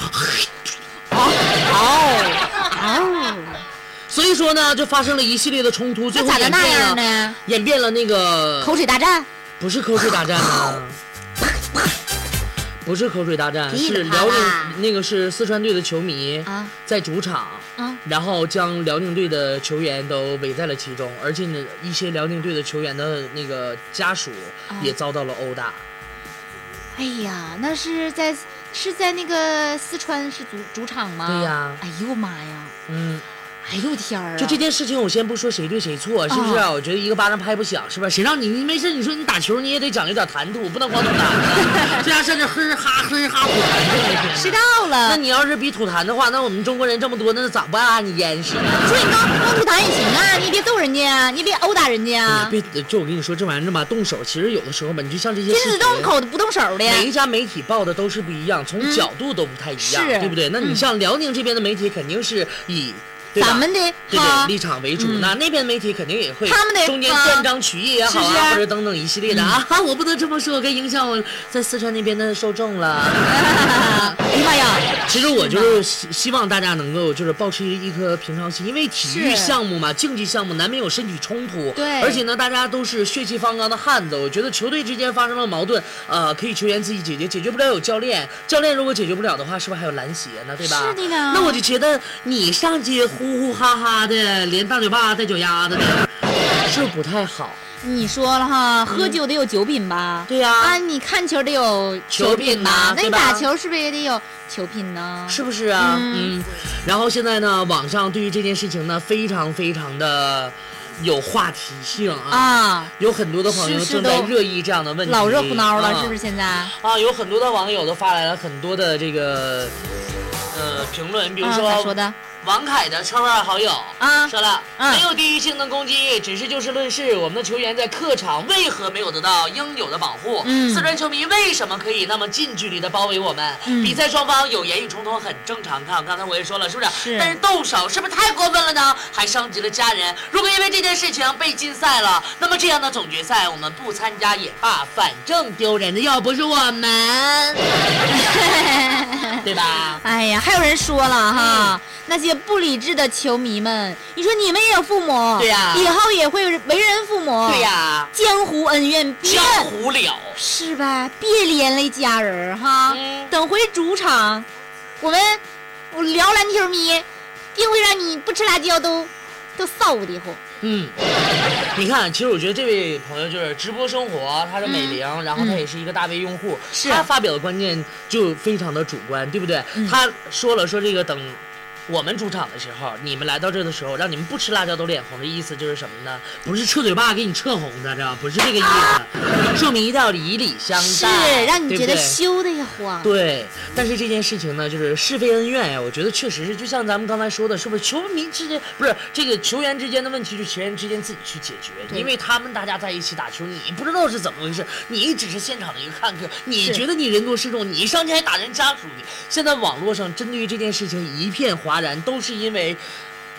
<laughs> 哦，哦所以说呢，就发生了一系列的冲突，最那后咋的演那变样了呢？演变了那个口水大战不是口水大战呢，不是口水大战，你以为是他辽宁吧那个是四川队的球迷啊在主场，啊然后将辽宁队的球员都围在了其中，而且呢，一些辽宁队的球员的那个家属啊也遭到了殴打。哎呀，那是在是在那个四川是主主场啊吗？对呀哎呦妈呀！嗯，哎呦天儿啊！就这件事情，我先不说谁对谁错，是不是啊、啊我觉得一个巴掌拍不响，是吧？谁让你你没事，你说你打球你也得讲究点谈吐，不能光吐 <laughs> 痰。这家上那哼哈哼哈吐痰，迟到了。那你要是比吐痰的话，那我们中国人这么多，那咋办啊？你严实。说你刚刚吐痰也行啊，你别揍人家啊，你别殴打人家啊，别，就我跟你说这玩意儿吧，动手其实有的时候吧，你就像这些君事子情，动口不动手的。每一家媒体报的都是不一样，从嗯角度都不太一样，是对不对？那你嗯像辽宁这边的媒体肯定是以。对吧咱们的对哈对立场为主，嗯那那边的媒体肯定也会，他们的中间哈断章取义也好是不嗯啊，是或者等等一系列的啊， <laughs> 哈我不能这么说，我该影响我在四川那边的受众 <laughs> 了。哎呀妈呀！其实我就是希希望大家能够就是保持一颗平常心，因为体育是项目嘛，竞技项目难免有身体冲突，对而且呢，大家都是血气方刚的汉子，我觉得球队之间发生了矛盾，呃，可以球员自己解决，解决不了有教练，教练如果解决不了的话，是不是还有篮协呢？对吧？是的呢那我就觉得你上去呼呼哈哈的，连大嘴巴带脚丫子的，是不是不太好？你说了哈，喝酒得有酒品吧？嗯对呀啊，你看球得有球品呐吧？那对你吧打球是不是也得有球品呢？是不是啊？嗯嗯。然后现在呢，网上对于这件事情呢，非常非常的有话题性啊，啊有很多的朋友是是正在都热议这样的问题，老热乎闹了，啊是不是现在？啊，有很多的网友都发来了很多的这个呃评论，比如啊说、咋说的？王凯的超二好友啊说了、嗯没有地域性的攻击，只是就事论事。我们的球员在客场为何没有得到应有的保护？嗯四川球迷为什么可以那么近距离的包围我们？嗯比赛双方有言语冲突很正常，看刚才我也说了，是不是？是但是动手是不是太过分了呢？还伤及了家人。如果因为这件事情被禁赛了，那么这样的总决赛我们不参加也罢，反正丢人的又不是我 <laughs> 们，对吧？哎呀，还有人说了嗯哈，那些不理智的球迷们，你说你们也有父母，对呀以后也会为人父母，对呀、江湖恩怨别江湖了。是吧？别连累家人儿哈，哎等回主场，我们我聊篮球迷，定会让你不吃辣椒都都臊的慌。嗯，你看，其实我觉得这位朋友就是直播生活，他是美玲，然后他也是一个大 V 用户，嗯是嗯他发表的观念就非常的主观，对不对？他说了说这个等。我们主场的时候，你们来到这的时候，让你们不吃辣椒都脸红的意思就是什么呢？不是撤嘴巴给你撤红的，知道吗不是这个意思。说明一定要以礼相啊是待，让你对觉不得对羞的也慌。对，但是这件事情呢，就是是非恩怨呀，我觉得确实是，就像咱们刚才说的，是不是球迷之间不是这个球员之间的问题，就球员之间自己去解决，对因为他们大家在一起打球，你不知道是怎么回事，你只是现场的一个看客，你是觉得你人多势众，你上去还打人家属去。现在网络上针对于这件事情一片哗然，都是因为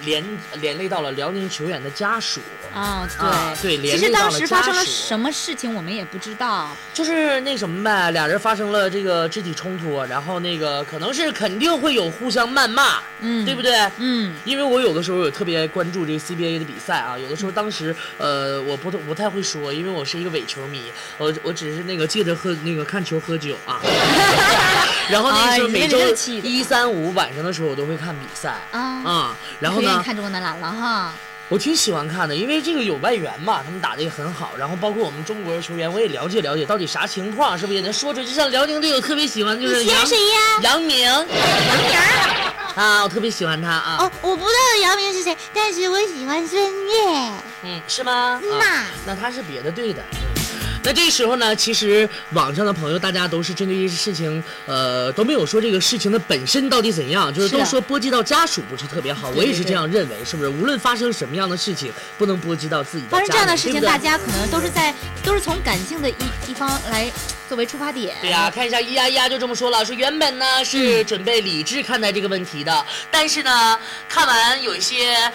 连连累到了辽宁球员的家属。啊、啊对对连其实累到当了时家发生了属什么事情，我们也不知道。就是那什么呗，俩人发生了这个肢体冲突，然后那个可能是肯定会有互相谩骂，嗯对不对？嗯，因为我有的时候有特别关注这个 CBA 的比赛啊，有的时候当时呃我不不太会说，因为我是一个伪球迷，我我只是那个借着喝那个看球喝酒 <laughs> 啊，然后那个时候哎每你周这个气的一三五晚上的时候我都会看比赛啊然后你可愿呢意看中国男篮了哈。我挺喜欢看的，因为这个有外援嘛，他们打的也很好。然后包括我们中国球员，我也了解了解到底啥情况，是不是也能说出来？就像辽宁队，我特别喜欢就是你喜欢杨谁呀杨明，杨明啊，我特别喜欢他啊。哦，我不知道姚明是谁，但是我喜欢孙悦。嗯，是吗？嗯啊呐那他是别的队的。嗯那这时候呢，其实网上的朋友大家都是针对这事情，呃，都没有说这个事情的本身到底怎样，就是是啊的都说波及到家属不是特别好。对我也是对这样认为，是不是？无论发生什么样的事情，不能波及到自己的家发人。生这样的事对情，不对大家可能都是在都是从感性的一一方来作为出发点。对呀、看一下咿呀咿呀就这么说了，说原本呢嗯是准备理智看待这个问题的，但是呢看完有一些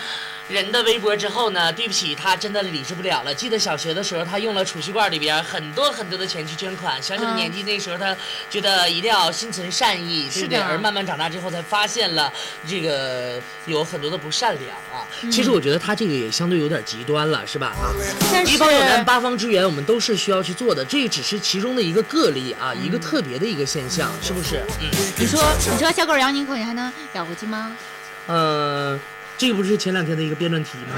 人的微博之后呢，对不起，他真的理智不了了。记得小学的时候，他用了储蓄罐里边很多很多的钱去捐款。小小的嗯年纪那时候，他觉得一定要心存善意，对是不对？的而慢慢长大之后，才发现了这个有很多的不善良啊。嗯其实我觉得他这个也相对有点极端了，是吧？啊但一方有是难，八方支援，我们都是需要去做的。这只是其中的一个个例啊，一个特别的一个现象，是不是？嗯，嗯你说你说小狗咬你一口，你还能咬回去吗？呃，这不是前两天的一个辩论题 <laughs> 吗？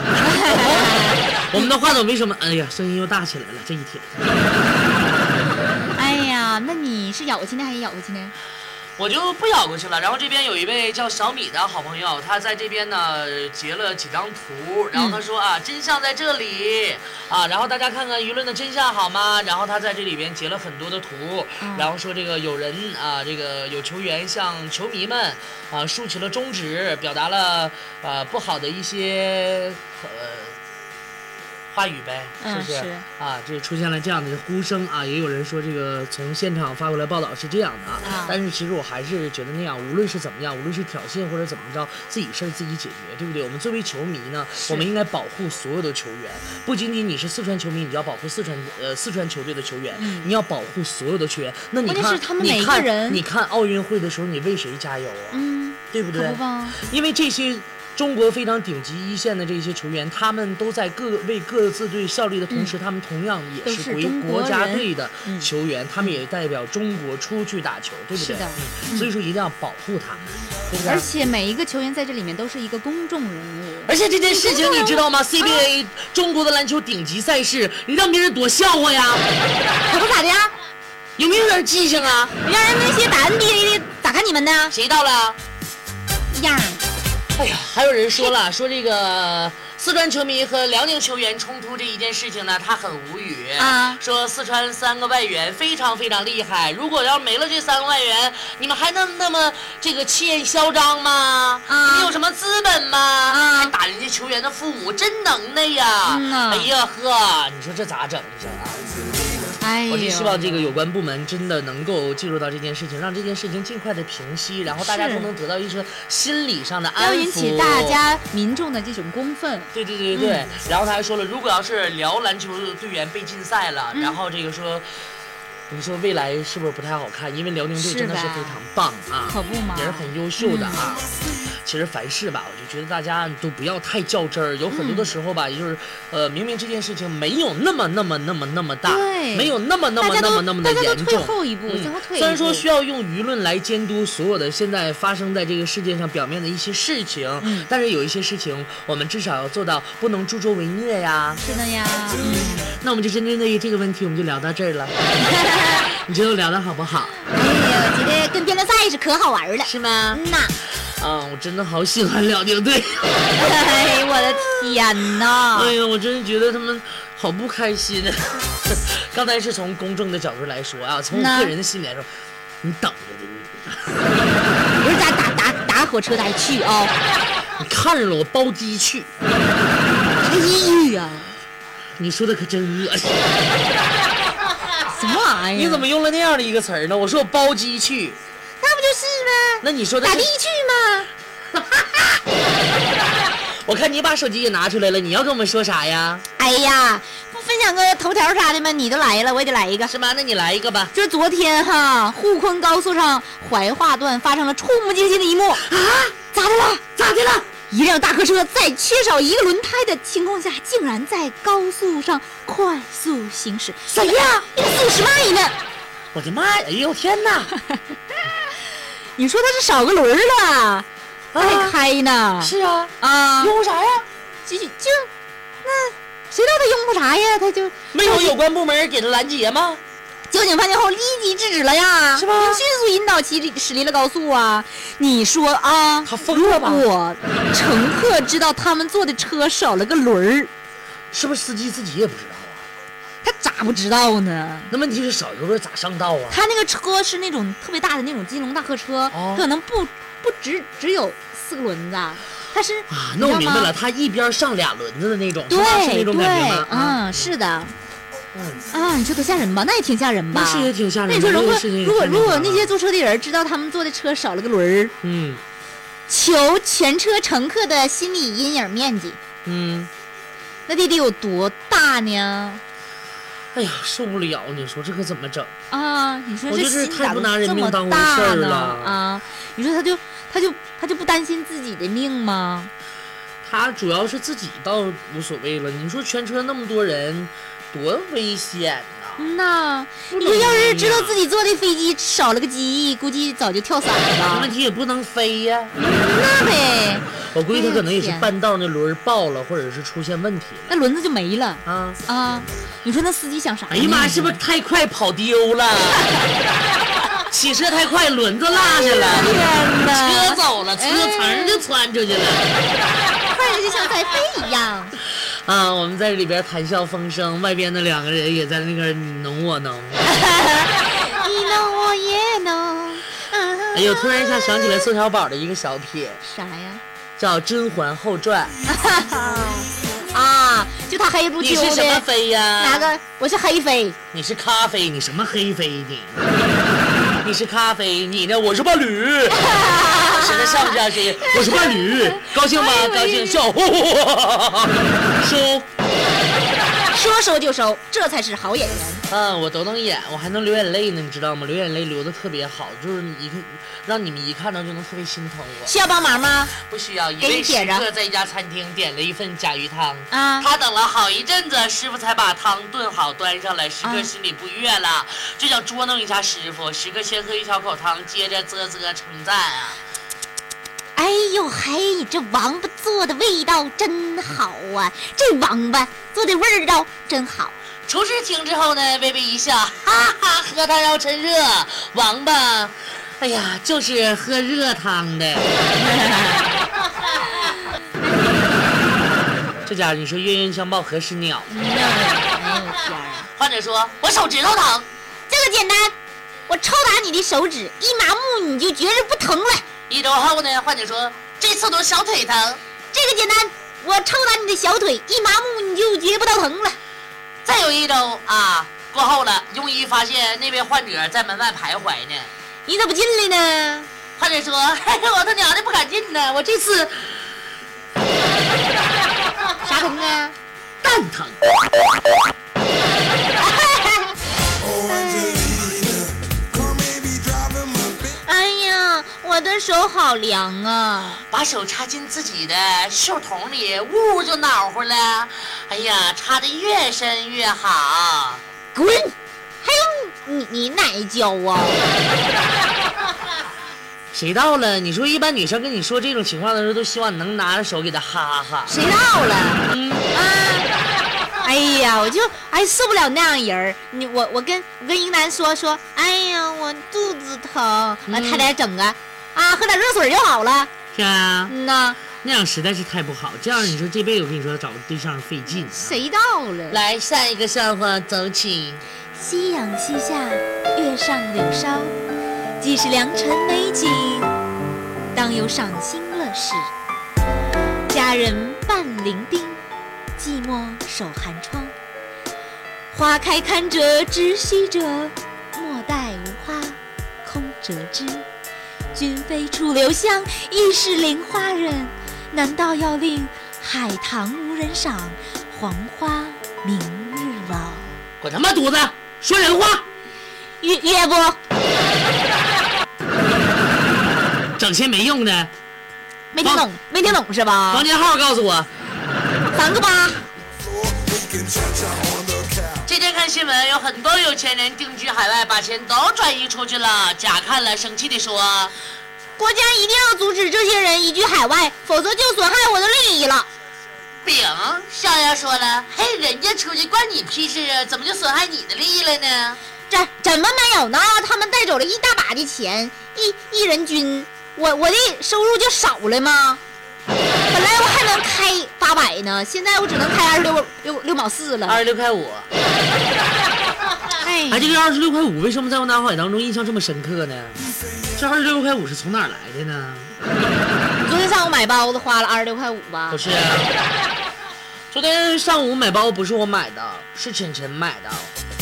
我们的话筒为什么？哎呀，声音又大起来了，这一天。哎呀，那你是咬过去呢，还是咬过去呢？我就不咬过去了。然后这边有一位叫小米的好朋友，他在这边呢截了几张图，然后他说啊，真相在这里啊，然后大家看看舆论的真相好吗？然后他在这里边截了很多的图，然后说这个有人啊，这个有球员向球迷们啊竖起了中指，表达了呃不好的一些呃。话语呗，是不嗯是？是啊，这出现了这样的呼声啊，也有人说这个从现场发过来报道是这样的啊，啊但是其实我还是觉得那样，无论是怎么样，无论是挑衅或者怎么着，自己事儿自己解决，对不对？我们作为球迷呢，是我们应该保护所有的球员，不仅仅你是四川球迷，你就要保护四川呃四川球队的球员，嗯你要保护所有的球员。那你关键看，是他们你每个看人你看奥运会的时候，你为谁加油啊？嗯，对不对？可不吧因为这些中国非常顶级一线的这些球员，他们都在各为各自队效力的同时，他们同样也都是是国中国国家人嗯队的球员，他们也代表中国出去打球，对不对？是的嗯嗯所以说一定要保护他们，对不对？而且每一个球员在这里面都是一个公众人物。而且这件事情你知啊道吗？CBA、中国的篮球顶级赛事，你让别人多笑话呀！可不咋的呀，有没有点记性啊？你让人那些打 NBA 的咋看你们呢？谁到了？样啊儿，哎呀，还有人说了，说这个四川球迷和辽宁球员冲突这一件事情呢，他很无语啊说四川三个外援非常非常厉害，如果要没了这三个外援，你们还能那么这个气焰嚣张吗？啊你有什么资本吗？啊，还打人家球员的父母，真能耐呀！嗯呐哎呀呵，你说这咋整？你说啊？哎呦，我就希望这个有关部门真的能够介入到这件事情，让这件事情尽快的平息，然后大家是都能得到一些心理上的安抚，要引起大。家民众的这种公愤。对对对对对，嗯然后他还说了，如果要是辽篮球队员被禁赛了，嗯然后这个说，你说未来是不是不太好看？因为辽宁队是真的是吧非常棒啊，可不嘛嗯也是很优秀的啊。其实凡事吧，我就觉得大家都不要太较真儿，有很多的时候嗯吧，也就是，呃，明明这件事情没有那么那么那么那么大，对没有那么那么大家那都么那么的大家都严重，退后一步相互退一嗯虽然说步需要用舆论来监督所有的现在发生在这个世界上表面的一些事情，嗯但是有一些事情我们至少要做到不能助纣为 <laughs> 虐呀。是的呀，那我们就针针对于这个问题，我们就聊到这 <laughs> 儿了。你觉得我聊的好不好？我觉得跟辩论赛是可好玩儿了，是吗？嗯呐，啊，我真的好喜欢辽宁队。哎，我的天呐！哎呀，我真是觉得他们好不开心。 <laughs> 刚才是从公众的角度来说啊，从我那个人的心里来说，你等着的你。不是咱打打打火车咱去啊、你看着了，我包机去。这抑郁啊，你说的可真恶心，什么玩意儿？你怎么用了那样的一个词儿呢？我说我包机去，那不就是呗？那你说的打是的去吗？我看你把手机也拿出来了，你要跟我们说啥呀？哎呀，不分享个头条啥的吗？你都来了，我也得来一个。是吗？那你来一个吧。就是昨天哈，沪昆高速上怀化段发生了触目惊心的一幕啊！咋的了？咋的了？一辆大客车在缺少一个轮胎的情况下，竟然在高速上快速行驶。谁呀？一个四十迈呢！我的妈呀！哎呦 <laughs> 天哪！你说他是少个轮儿了，还开呢？是啊，啊，用啥呀？就就那谁知道他拥护啥呀？他就没有有关部门给他拦截吗？交警发现后立即制止了呀，是吧并迅速引导其驶离了高速啊！你说啊，他疯了吧如果乘客知道他们坐的车少了个轮儿，是不是司机自己也不知道啊？他咋不知道呢？那问题是少一个轮咋上道啊？他那个车是那种特别大的那种金龙大客车，哦可能不不只只有四个轮子，他是啊，你知那我道明白吗了，他一边上俩轮子的那种，是对吧是那对，种感觉吗？啊，嗯嗯，是的。啊，你说多吓人吧？那也挺吓人吧？那是也挺吓人那你说，的如果这个事啊情也如果太那如果啥了那些坐车的人知道他们坐的车少了个轮儿，嗯，求全车乘客的心理阴影面积，嗯，那弟弟有多大呢？哎呀，受不了！你说这可怎么整？啊，你说我这就是心太咋不都拿人这命么当回大事儿呢？了啊，你说他就他就他就不担心自己的命吗？他主要是自己倒无所谓了。你说全车那么多人，多危险呐、那你说要啊是知道自己坐的飞机少了个机翼，估计早就跳伞问啊了。题也不能飞呀、那呗，我估计他可能也是哎呀天半道那轮儿爆了，或者是出现问题了。那轮子就没了啊啊！你说那司机想啥呢？哎呀妈，是不是太快跑丢了？起车太快，轮子落下了，哪车走了，车哎层儿就窜出去了。快乐就像在飞一样。啊，我们在里边谈笑风生，外边的两个人也在那个你侬我侬。你弄我也弄。哎呦，突然一下想起来宋小宝的一个小品，啥呀？叫《甄嬛后传啊，就他黑不你丢的。是什么妃呀拿个，我是黑飞。》，你是咖啡，你什么黑飞你？ <laughs> 你是咖啡，你呢？我是伴 <laughs> 侣。现在上不下去？我是伴侣，高兴吗？高兴，笑。收。说收就收，这才是好演员。啊，我都能演，我还能流眼泪呢，你知道吗？流眼泪流的特别好，就是你一看让你们一看到就能特别心疼我。需要帮忙吗？不需要，一给你位食点着客在一家餐厅点了一份甲鱼汤，啊他等了好一阵子，师傅才把汤炖好端上来，食啊客心里不悦了，就想捉弄一下师傅。食客先喝一小口汤，接着啧啧称赞啊，哎呦嘿，这王八做的味道真好啊！这王八做的味道真好。厨师听之后呢，微微一笑，哈哈，喝汤要趁热，王八，哎呀，就是喝热汤的。 <laughs> 这家伙你说冤冤相报何时了？患者说，我手指头疼。这个简单，我抽打你的手指，一麻木你就觉着不疼了。一周后呢，患者说，这次我小腿疼。这个简单，我抽打你的小腿，一麻木你就觉不到疼了。再有一周啊，过后了，庸医发现那位患者在门外徘徊呢。你咋不进来呢？患者说：“ <laughs> 哎我他娘的不敢进呢，我这 <laughs> 次啥疼啊？蛋疼。Oh, 哎呀，我的手好凉啊！把手插进自己的袖筒里，呜呜就暖和了。哎呀，插的越深越好。滚！还有你你奶胶啊？谁到了？你说一般女生跟你说这种情况的时候，都希望你能拿着手给她哈哈。谁到了？啊！哎呀，我就哎受不了那样人儿。你我我跟我跟英楠说说，哎呀，我肚子疼，啊，他俩整个啊，喝点热水就好了。是啊，嗯呐，那样实在是太不好。这样你说这辈子我跟你说找个对象费劲。啊谁到了？来，下一个笑话，走起。夕阳西下，月上柳梢，既是良辰美景，当有赏心乐事。佳人伴伶仃，寂寞守寒窗。花开堪折直须折，莫待无花空折枝。君非处留香，亦是菱花人。难道要令海棠无人赏，黄花明日老？滚他妈犊子！说人话，约约不？整些没用的。没听懂，没听懂是吧房？间号告诉我。三个八。这天看新闻，有很多有钱人定居海外，把钱都转移出去了。甲看了，生气地说国家一定要阻止这些人移居海外，否则就损害我的利益了。：“丙，笑笑说了，嘿，人家出去关你屁事啊，怎么就损害你的利益了呢怎怎么没有呢？他们带走了一大把的钱，一一人均，我我的收入就少了吗？本来我还能开八百呢，现在我只能开二十六六六毛四？”了。十六块五。哎哎，这个二十六块五为什么在我脑海当中印象这么深刻呢？这二十六块五是从哪儿来的呢？昨天上午买包子花了二十六块五吧不？是啊，昨天上午买包不是我买的，是晨晨买的。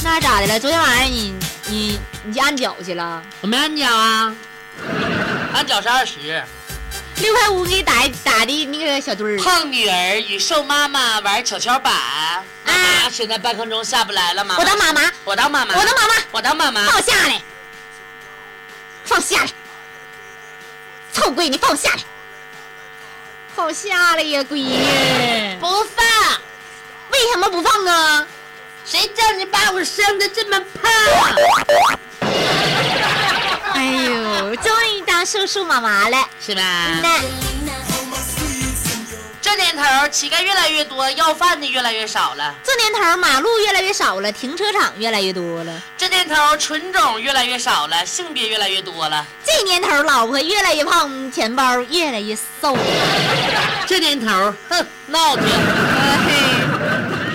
那咋的了？昨天晚上你你你去按脚去了？我没按脚啊，按脚是二十。六块五给打打的那个小墩儿。胖女儿与瘦妈妈玩跷跷板，啊妈妈悬在半空中下不来了吗？我当妈妈，我当妈妈，我当妈妈，我当妈妈，放我下来，放下来，臭闺女，放我下来，放下来呀，闺女！不放，为什么不放啊？谁叫你把我生的这么胖？哎呦，终于当叔叔妈妈了。是吧？嗯那这年头乞丐越来越多，要饭的越来越少了。这年头马路越来越少了，停车场越来越多了。这年头纯种越来越少了，性别越来越多了。这年头老婆越来越胖，钱包越来越瘦。这年头，哼，闹挺。 <laughs>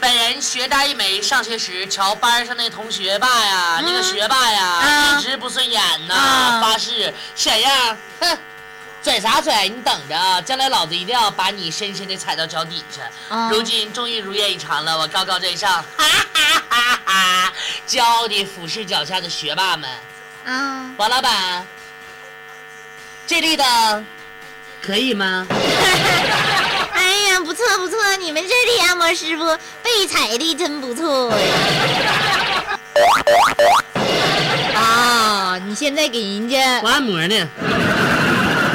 本人学渣一枚，上学时瞧班上那同学霸呀，那个学霸呀，一直不顺眼呐，发誓小样，哼，拽啥拽？你等着啊，将来老子一定要把你深深的踩到脚底下。啊如今终于如愿以偿了，我高高在上，哈哈哈哈！骄傲地俯视脚下的学霸们。啊，王老板，这绿灯可以吗？哎呀，不错不错，你们这里按摩师傅被踩的真不错呀。啊，你现在给人家我，按摩呢，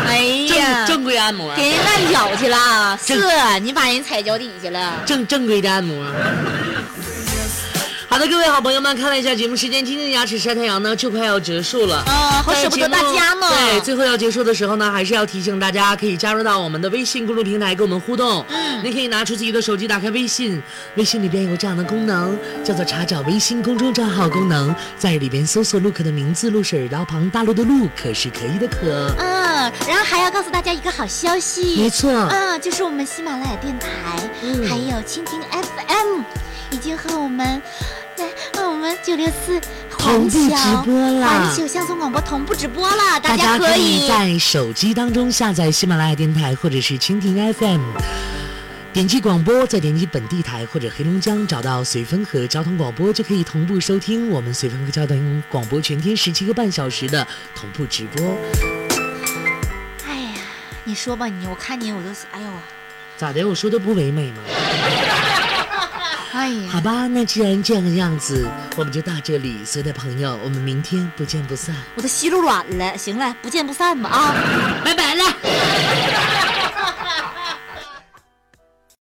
哎呀正，正规按摩，给人按脚去了啊，正是你把人踩脚底下了。正正规的按摩。好的，各位好朋友们，看了一下节目时间，今天的牙齿晒太阳呢就快要结束了。啊，好舍不得大家呢。对，最后要结束的时候呢，还是要提醒大家可以加入到我们的微信公众平台跟我们互动。嗯，你可以拿出自己的手机，打开微信，微信里边有这样的功能，叫做查找微信公众账号功能，在里边搜索陆可的名字，陆水刀旁大陆的陆，可是可以的可。嗯，然后还要告诉大家一个好消息，没错嗯，就是我们喜马拉雅电台，嗯还有蜻蜓 FM，已经和我们，来、和我们九六四同环步球直播了环球乡村广播同步直播了，大家家可可以在手机当中下载喜马拉雅电台或者是蜻蜓 FM，点击广播，再点击本地台或者黑龙江，找到随风和交通广播，就可以同步收听我们随风和交通广播全天十七个半小时的同步直播。哎呀，你说吧你，我看你我都，哎呦我，咋的？我说的不唯美吗？哎呀， <laughs> 好吧，那既然这样的样子，我们就到这里，所有的朋友，我们明天不见不散。我都吸溜软了，行了，不见不散吧啊，拜拜了。